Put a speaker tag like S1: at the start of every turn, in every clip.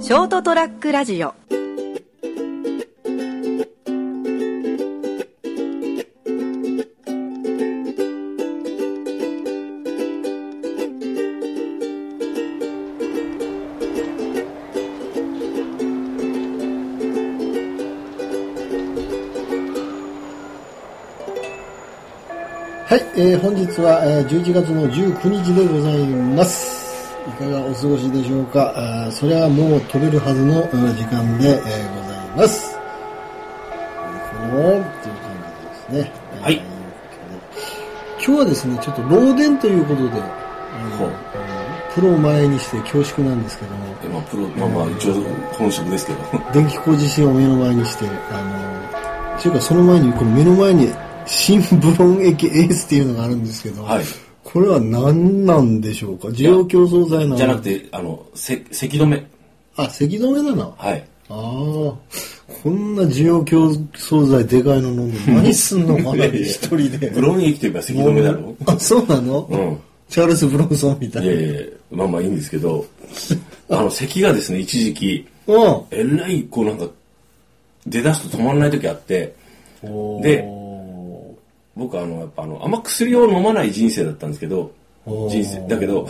S1: ショートトラックラジオ
S2: はい、えー本日は、えー11月の19日でございます。いかがお過ごしでしょうか。あーそれはもう飛べるはずのうん時間で、えーございます。このという感じでですね。
S3: はい
S2: えー今日はですね、ちょっと漏電ということで、あ
S3: ほ
S2: の
S3: う
S2: プロを前にして恐縮なんですけども、
S3: えまあ、プロ、まあまあ、一応本職ですけど。
S2: 電気工事士を目の前にして、あの、というかその前に、この目の前に、新ブロン液エースっていうのがあるんですけど、
S3: はい
S2: これは何なんでしょうか需要競争剤なの
S3: じゃなくて、あの、せ、咳止め。
S2: あ、咳止めなのあ
S3: はい。
S2: あー、こんな需要競争剤でかいの飲ん で何すんのかな一人で。
S3: ブロン液といえば咳止めだろ
S2: あ、そうなの、
S3: うん
S2: チャールズ・ブロンソンみたい
S3: い
S2: な。
S3: やいやいやまあまあいいんですけど、あの、咳がですね、一時期、
S2: うん。
S3: えらい、こうなんか、出だすと止まらない時あって、で
S2: お
S3: 僕あの、やっぱあの、あんま薬を飲まない人生だったんですけど、
S2: おー
S3: 人生。だけど、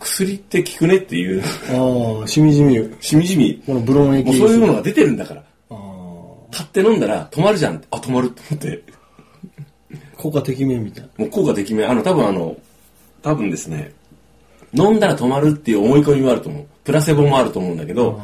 S3: 薬って効くねっていう、
S2: ーああ、しみじみ、
S3: しみじみ、
S2: こ
S3: も
S2: のブロン
S3: う
S2: 液エース。
S3: そういうものが出てるんだから、
S2: あー
S3: 買って飲んだら止まるじゃんって。あ、止まると思って。
S2: 効果的めみたいな。
S3: もう効果てきめ、あの、多分あの、多分ですね、飲んだら止まるっていう思い込みもあると思う。プラセボもあると思うんだけど、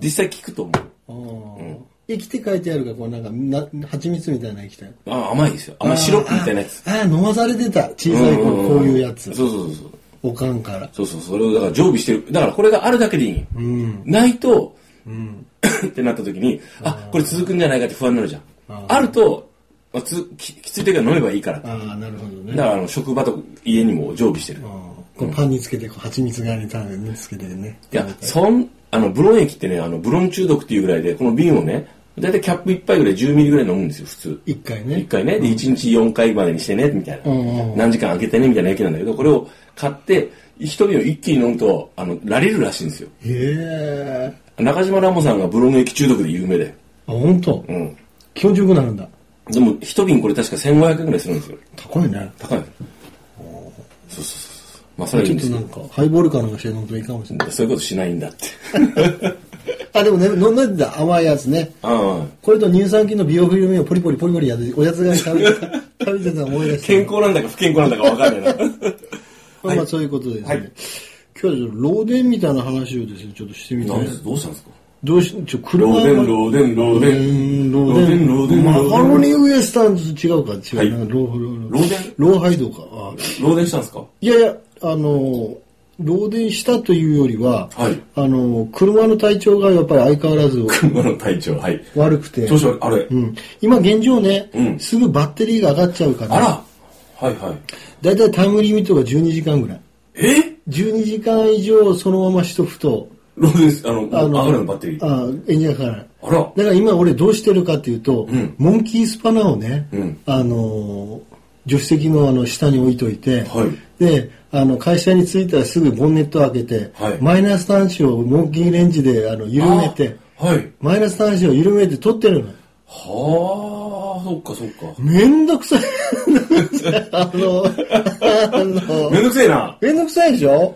S3: 実際効くと思う。
S2: あー生きて書いてあるか、こうなんか、な、蜂蜜みたいな液体。
S3: あ甘いですよ。甘いシロップみたいなやつ。
S2: あーあー、飲まされてた。小さい頃
S3: んんん
S2: こういうやつ。
S3: そうそうそう。
S2: おかんから。
S3: そうそう、それをだから常備してる。だからこれがあるだけでいい。ないと、ってなった時に、あ、これ続くんじゃないかって不安になるじゃん。あると、まあ、つききつい時は飲めばいいから。だか
S2: ああ、なるほどね。
S3: らあの、職場と家にも常備してる。
S2: あーこうパンにつけて、こう蜂蜜側にタンにつけてね。
S3: いや、そん、あの、ブロン液ってね、あの、ブロン中毒っていうぐらいで、この瓶をね、だいたいキャップ1杯ぐらい10ミリぐらい飲むんですよ、普通。
S2: 一回ね。
S3: 1回ね、で、1日4回までにしてね、みたいな。
S2: うんうん
S3: 何時間空けてね、みたいな液なんだけど、これを買って、一瓶を一気に飲むと、あの、られるらしいんですよ。
S2: へえ。
S3: 中島ラモさんがブロン液中毒で有名で。
S2: あ、ほんと
S3: うん。
S2: 気持ちよくなるんだ。
S3: でも、一瓶これ確か1500円ぐらいするんですよ。
S2: 高いね。
S3: 高いの。そうそうそうそう。まあ、そ
S2: ちょっ
S3: れはいいんで
S2: と
S3: す
S2: な
S3: よ
S2: んか、ハイボールかなんかして飲むといいかもしれない。
S3: そういうことしないんだって。
S2: あ、でもね、飲んでた甘いやつね。
S3: ああ。
S2: これと乳酸菌の美容フィルムをポリポリポリポリやって、おやつが食べてた、食べてたの思い出して。
S3: 健康なんだか不健康なんだかわか んないな。
S2: まあまあそういうことですね。
S3: はい
S2: 今日はちょっと漏電みたいな話をですね、ちょっとしてみたい。
S3: どうしたんですか
S2: どうし、ちょ、車
S3: 漏
S2: が
S3: 電、漏電、漏電。
S2: 漏電、
S3: 漏電、
S2: マ
S3: 漏
S2: カロニ
S3: 電。
S2: ウエスタンズと違うか、違う。
S3: はい
S2: なんかロ
S3: 漏電
S2: ローハイドか。あ
S3: 漏電したんですか
S2: いやいや、あのー、漏電したというよりは、
S3: はい
S2: あのー、車の体調がやっぱり相変わらず
S3: 車の体調、はい。
S2: 悪くて、
S3: 調子悪い、あれ
S2: う。ん、今現状ね、
S3: うん
S2: すぐバッテリーが上がっちゃうから、
S3: あらはいはい。
S2: だいたいタイムリミットが12時間ぐらい。
S3: え
S2: 12時間以上そのまましとくと、
S3: 漏電す、あの、あの、のバッテリー。
S2: あエンジンがかからない。
S3: あら
S2: だから今俺どうしてるかっていうと、
S3: ん
S2: モンキースパナをね、
S3: うん
S2: あのー助手席のあの下に置いといて、
S3: はい
S2: で、あの会社に着いたらすぐボンネットを開けて、
S3: はい
S2: マイナス端子をモンキーレンジであの緩めて、
S3: あはい。
S2: マイナス端子を緩めて取ってるの。
S3: はあ、そっかそっか。
S2: めんどくさい。あの、あの
S3: めんどくせえな。
S2: めんどくさいでしょ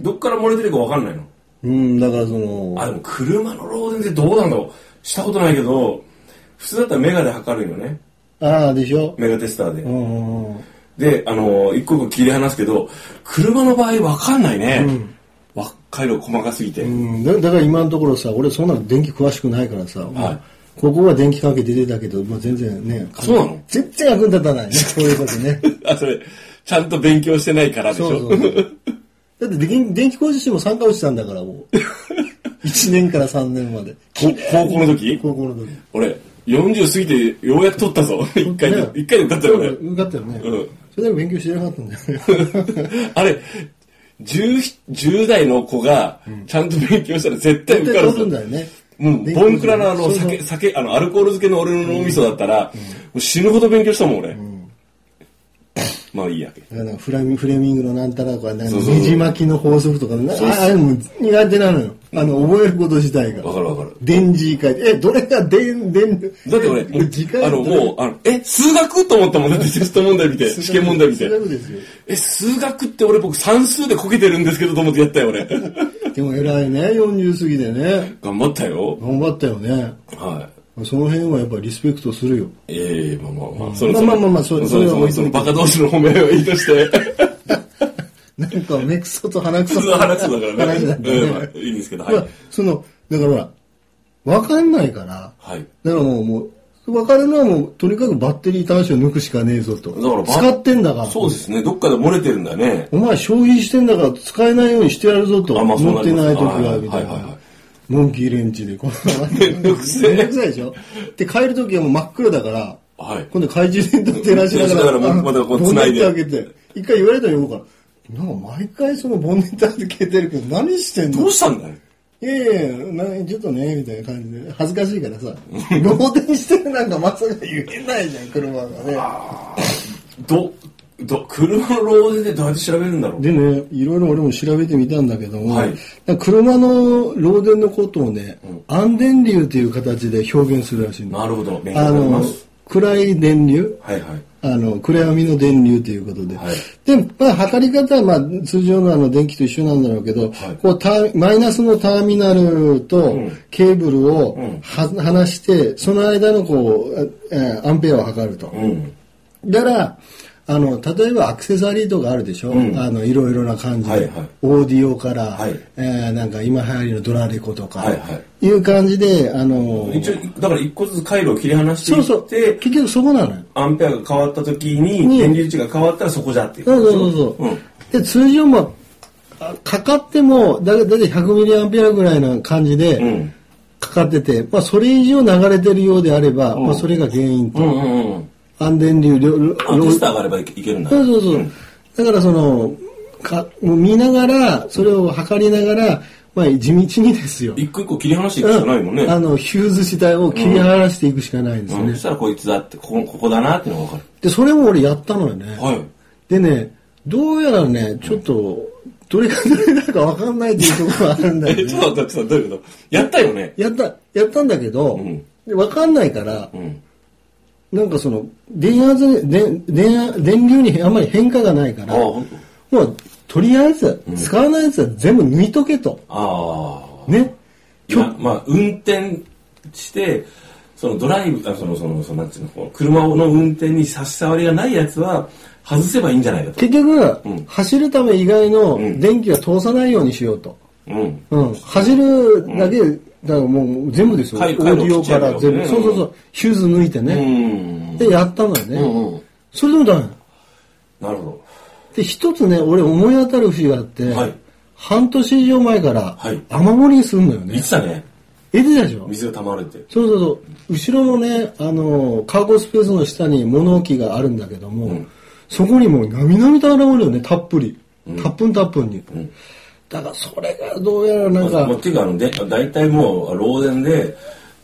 S3: どっから漏れてるかわかんないの。
S2: うん、だからその、
S3: あ、でも車の漏電ってどうなんだろう。したことないけど、普通だったらメガで測るよね。
S2: ああでしょ
S3: メガテスターで。
S2: うんうんうん。
S3: で、あの一個一個切り離すけど、車の場合わかんないね。わ回路細かすぎて。
S2: うんだだから今のところさ俺そんなの電気詳しくないからさ、
S3: は
S2: ここは電気関係出てたけど、まあ、全然ね
S3: そうなの
S2: 全然役に立たないねそういうことね
S3: あ、それ、ちゃんと勉強してないからでしょ。
S2: そうそうそうだって電電気工事士も3回落ちたんだからもう1 年から3年まで
S3: こ高校の時
S2: 高校の時
S3: 俺、40過ぎてようやく取った ぞ。一回
S2: ね
S3: で、一回で受かったよね。
S2: 受かったよね、
S3: うん
S2: それでも勉強してなかったんだよね
S3: あれ、10、10代の子が、ちゃんと勉強したら絶対受
S2: 絶
S3: か
S2: 対取
S3: る
S2: る
S3: ぞ
S2: ん。だよね
S3: もう、ボンクラのあ
S2: そ
S3: の、
S2: うそう
S3: 酒、酒、あの、アルコール漬けの俺の脳みそだったら、もう死ぬほど勉強したもん、俺。まあいいやけ。
S2: だからなんかフラミフレミングのなんたらとか、なんか
S3: そう
S2: ね
S3: そう
S2: じ巻きの法則とか、な
S3: そうそう
S2: ああれも苦手なのよ。あの、覚えること自体が。
S3: わかるわかる。
S2: 電磁界え、どれが電、電、
S3: だって俺、
S2: もう時間
S3: あの、もう、あの、え、数学と思ったもんだってテス ト問題見て、試験問題見て
S2: 数。学ですよ。
S3: え、数学って俺僕算数でこけてるんですけどと思ってやったよ 俺。
S2: でも偉いね、40過ぎでね。
S3: 頑張ったよ。
S2: 頑張ったよね。
S3: はい。
S2: その辺はやっぱりリスペクトするよ。
S3: ええまあまあまあ、そ
S2: まあまあまあまあそれ
S3: それ
S2: それは
S3: そのバカ同士の褒め合いをいい として、
S2: なんか目くそと鼻く
S3: 普
S2: そ
S3: 通の話だからね。
S2: 話だったね
S3: うんまあいいんですけど、はい
S2: まあ。その、だからほら、わかんないから、
S3: はい。
S2: だからもう、もう、わかるのはもう、とにかくバッテリー端子を抜くしかねえぞと。
S3: だからば
S2: 使ってんだから。
S3: そうですね、どっかで漏れてるんだね。
S2: お前消費してんだから使えないようにしてやるぞと。
S3: あまあそう
S2: 持
S3: な
S2: っ
S3: り
S2: て
S3: ます
S2: ない時は、みたい
S3: はいはいはいは。
S2: ないモンキーレンチで、こんな。
S3: めんどくせえ
S2: めんどくさいでしょで、帰る時はもう真っ暗だから、
S3: はい。
S2: 今度懐中電灯照らしながら、
S3: 照らしながらまたこ
S2: ボ
S3: う
S2: ンネ
S3: 繋いで
S2: ット開けて、一回言われたよ、僕から。なんか毎回そのボンネット開けてるけど、何してん
S3: ど
S2: の
S3: うしたんだよ。
S2: いやいや、なちょっとね、みたいな感じで、恥ずかしいから さ、ロボテンしてるなんかまさか言えないじゃん、車がね。
S3: ど、ど、車のローデでどうやって調べるんだろう。
S2: でね、いろいろ俺も調べてみたんだけども、
S3: はい
S2: なんか車の漏電のことをね、安電流という形で表現するらしいんだ。
S3: なるほど、勉強
S2: あ
S3: になり
S2: の
S3: ます。、
S2: 暗い電流
S3: はいはい。
S2: あの、暗闇の電流ということで。
S3: はい
S2: で、まあ、測り方は、まあ、通常のあの、電気と一緒なんだろうけど、
S3: はい
S2: こうター、マイナスのターミナルと
S3: ん
S2: ケーブルを
S3: ん
S2: は、離して、その間のこう、えーアンペアを測ると。
S3: うん。
S2: だから、あの、例えばアクセサリーとかあるでしょ、
S3: うん
S2: あの、いろいろな感じで。
S3: はいはい
S2: オーディオから、
S3: はい
S2: えーなんか今流行りのドラレコとか、、
S3: はいはい
S2: う感じで、あの、
S3: 一応、だから一個ずつ回路を切り離してい
S2: そう
S3: って、
S2: そう、結局そこなのよ。
S3: アンペアが変わった時に、
S2: ん
S3: 電流値が変わったらそこじゃっていうこ
S2: そう
S3: と
S2: そ
S3: でしょ。
S2: うそうそう、
S3: うん
S2: で通常もあかかってもだいたい100ミリアンペアぐらいな感じで、
S3: うん
S2: かかってて、まあ、それ以上流れてるようであれば、まあ、それが原因と、
S3: うんうんうん。
S2: 安全流量量
S3: あテスターがあればいけいけるんだ。
S2: そうそうそう、だからそのかもう見ながらそれを測りながら、まあ、地道にですよ、
S3: 一個一個切り離していくしかないもんね。
S2: あのヒューズ自体を切り離していくしかないんですね、
S3: うんそしたらこいつだって、ここここだなっていうのがわか
S2: でそれも俺やったのよね、
S3: る。はい。
S2: でね、どうやらね、ちょっと、どれがどれだかわかんないっていうところがあるんだ
S3: え、
S2: よ
S3: ち
S2: ね。
S3: ょっと待って、ちょっと待ってどういうことやったよね。
S2: やった、やったんだけど
S3: ん、
S2: でわ、かんないから
S3: う、ん。
S2: なんかその、電圧、電、電圧電流にあんまり変化がないから、
S3: ああ
S2: もう、とりあえず、使わないやつは全部抜いとけと。
S3: あ
S2: ね。
S3: あ。なまあ、運転して、そのドライブ、あその、その、その、なんていうの、こう車の運転に差し障りがないやつは、外せばいいんじゃないかと。
S2: 結局、
S3: ん
S2: 走るため以外の
S3: ん
S2: 電気は通さないようにしようと。
S3: うん。
S2: うん、走るだけ、だからもう全部ですよ。オ
S3: 回
S2: ー
S3: 路
S2: ディオから全部。
S3: 回路切っちゃうよね
S2: そうそうそう。ヒューズ抜いてね。
S3: うん。
S2: で、やったのよね。
S3: うんうん。
S2: それでもダメなの。
S3: なるほ
S2: で、一つね、俺思い当たる節があって、
S3: はい
S2: 半年以上前から
S3: はい、
S2: 雨漏りするのよ
S3: ど。言
S2: ね
S3: っ。てたね。
S2: えてたでしょ
S3: 水が溜まるって。
S2: そうそうそう。後ろのね、あの、カーゴスペースの下に物置があるんだけども、
S3: ん
S2: そこにもうなみなみと現れるよね、たっぷり。たっぷんたっぷんに。
S3: ん
S2: だから、それがどうやらなん
S3: もう
S2: か
S3: っ、ていうかあので大体もう漏電で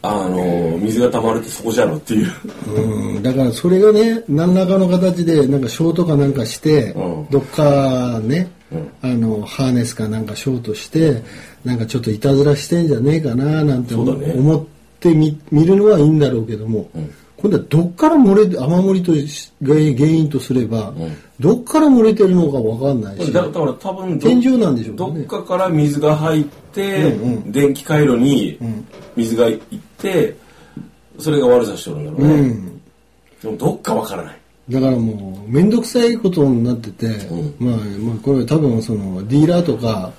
S3: あの水が溜まるってそこじゃろっていう
S2: うん、だからそれがね、何らかの形で、なんかショートかなんかして、
S3: うん
S2: どっかね、
S3: うん
S2: あの、ハーネスかなんかショートして、なんかちょっといたずらしてんじゃねえかな、なんて思,、
S3: そうだね
S2: 思ってみ見るのはいいんだろうけども、今度はどっから漏れて、雨漏りとしが原因とすれば、どっから漏れてるのかわかんないし、
S3: だだから多分ど
S2: 天井なんでしょう
S3: どっ
S2: ね。
S3: かから水が入って、
S2: うんう
S3: 電気回路に水が行ってそれが悪さしてるんだろうね、
S2: うん
S3: でもどっかわからない
S2: だからもう、めんどくさいことになってて、まあ、まあ、これは多分、その、ディーラーとか、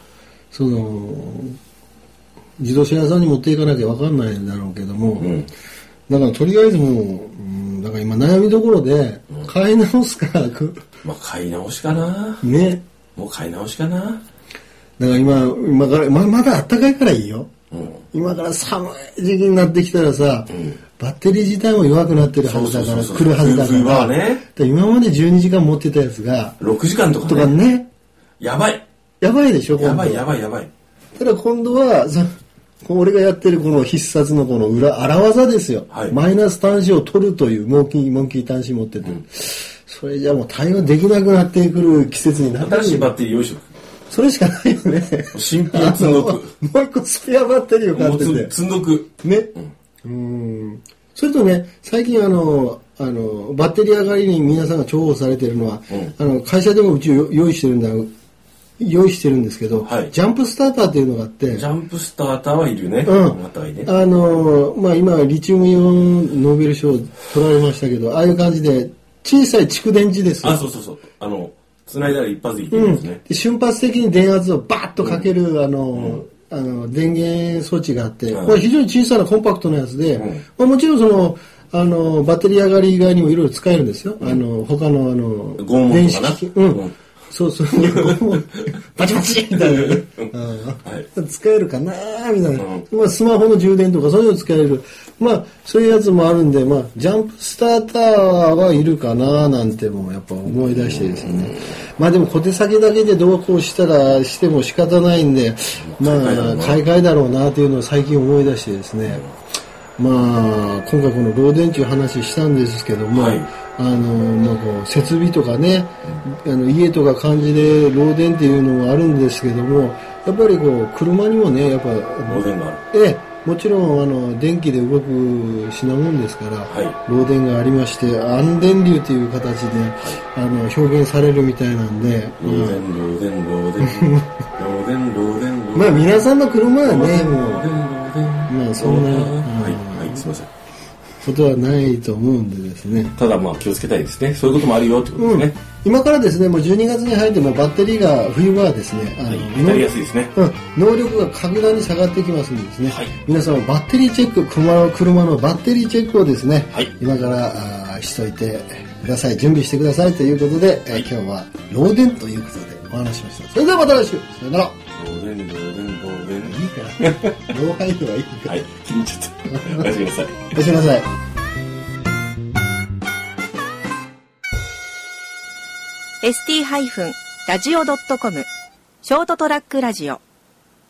S2: その、自動車屋さんに持っていかなきゃわかんないんだろうけども、だからとりあえずもう、うん、だから今悩みどころで、買い直すか、く
S3: まあ買い直しかな
S2: ね。
S3: もう買い直しかな
S2: だから今、今から、ままだ暖かいからいいよ。
S3: うん
S2: 今から寒い時期になってきたらさ、バッテリー自体も弱くなってるはずだから、
S3: そうそうそうそう
S2: 来るはずだから。
S3: 冬はね
S2: だから今まで12時間持ってたやつが、
S3: 6時間と
S2: と
S3: か
S2: か
S3: ね
S2: ね、
S3: やばい
S2: やばいでしょ、今
S3: や
S2: 度
S3: ばいやばいやばい
S2: ただ今度は、そこう俺がやってるこの必殺のこの裏、荒技ですよ。
S3: はい
S2: マイナス端子を取るという、モンキー、モンキー端子持ってて。それじゃもう対応できなくなってくる季節になって
S3: 新しい
S2: る
S3: バッテリー用意しと
S2: それしかないよ ね。
S3: く。新品を積んど く。
S2: もう一個スペアバッテリーを買
S3: もう
S2: って
S3: つ
S2: て。
S3: 積んどく。
S2: ね。うん。それとね、最近あの、あの、バッテリー上がりに皆さんが重宝されてるのは、
S3: う
S2: あ
S3: ん
S2: の、会社でもうちよ用意してるんだ、用意してるんですけど、
S3: はい
S2: ジャンプスターターっていうのがあって
S3: ジ、ャンプスターターはいるね。
S2: うん
S3: またいね。
S2: あの、まあ今、リチウムイオンノーベル賞取られましたけど、ああいう感じで、小さい蓄電池ですよ
S3: あ、そうそうそう。あの、繋いだら一発でいけるんですね。
S2: で瞬発的に電圧をバーッとかける、あの、あの電源装置があって、
S3: うん
S2: これ非常に小さなコンパクトなやつで、
S3: うん
S2: まあ、もちろんそのあのバッテリー上がり以外にもいろいろ使えるんですよ、あの他のあの
S3: 拷問
S2: 電
S3: と
S2: 子
S3: かな
S2: 機器、うん
S3: うん
S2: そうそう拷問 バチバチみたいな、ねうん使えるかなみたいな、まあ、スマホの充電とかそういうの使えるまあそういうやつもあるんで、まあ、ジャンプスターターはいるかななんてもやっぱ思い出してですね、まあでも小手先だけでどうこうしたらしても仕方ないんでまあ買い替えだろうなというのを最近思い出してですね、まあ、今回この漏電池の話したんですけども、
S3: はい
S2: あのまあ、こう設備とかね、あの家とか感じで漏電っていうのはあるんですけどもやっぱりこう車にもねやっぱあの
S3: 漏電がある。
S2: ええもちろんあの電気で動く品物ですから、
S3: はい
S2: 漏電がありまして安電流という形で、あの表現されるみたいなんで、
S3: 漏電、漏電、漏電。漏電、漏電、漏電。
S2: まあ皆さんの車は
S3: 漏
S2: ねもう
S3: 電漏電、漏電。
S2: まあそんな
S3: はい、はい、すいません。
S2: ことはないと思うんでですね、
S3: ただまあ気をつけたいですね。そういうこともあるよってことですね。
S2: 今からですねもう12月に入ってもうバッテリーが冬場はですねあの、
S3: はい、当たりやすいですね。
S2: うん、能力が格段に下がってきますんでですね、
S3: はい
S2: 皆さんもバッテリーチェック車の車のバッテリーチェックをですね、
S3: はい
S2: 今からあーしといてください準備してくださいということで、えー今日は漏電ということでお話ししましたそれではまた来週さよならい
S3: 漏電、漏電、漏電。
S2: いから 老廃油はいいから
S3: はい、気に入っちゃ った。おやすみなさい。
S2: おやすみなさい
S1: ー ST-radio.com ショートトラックラジオ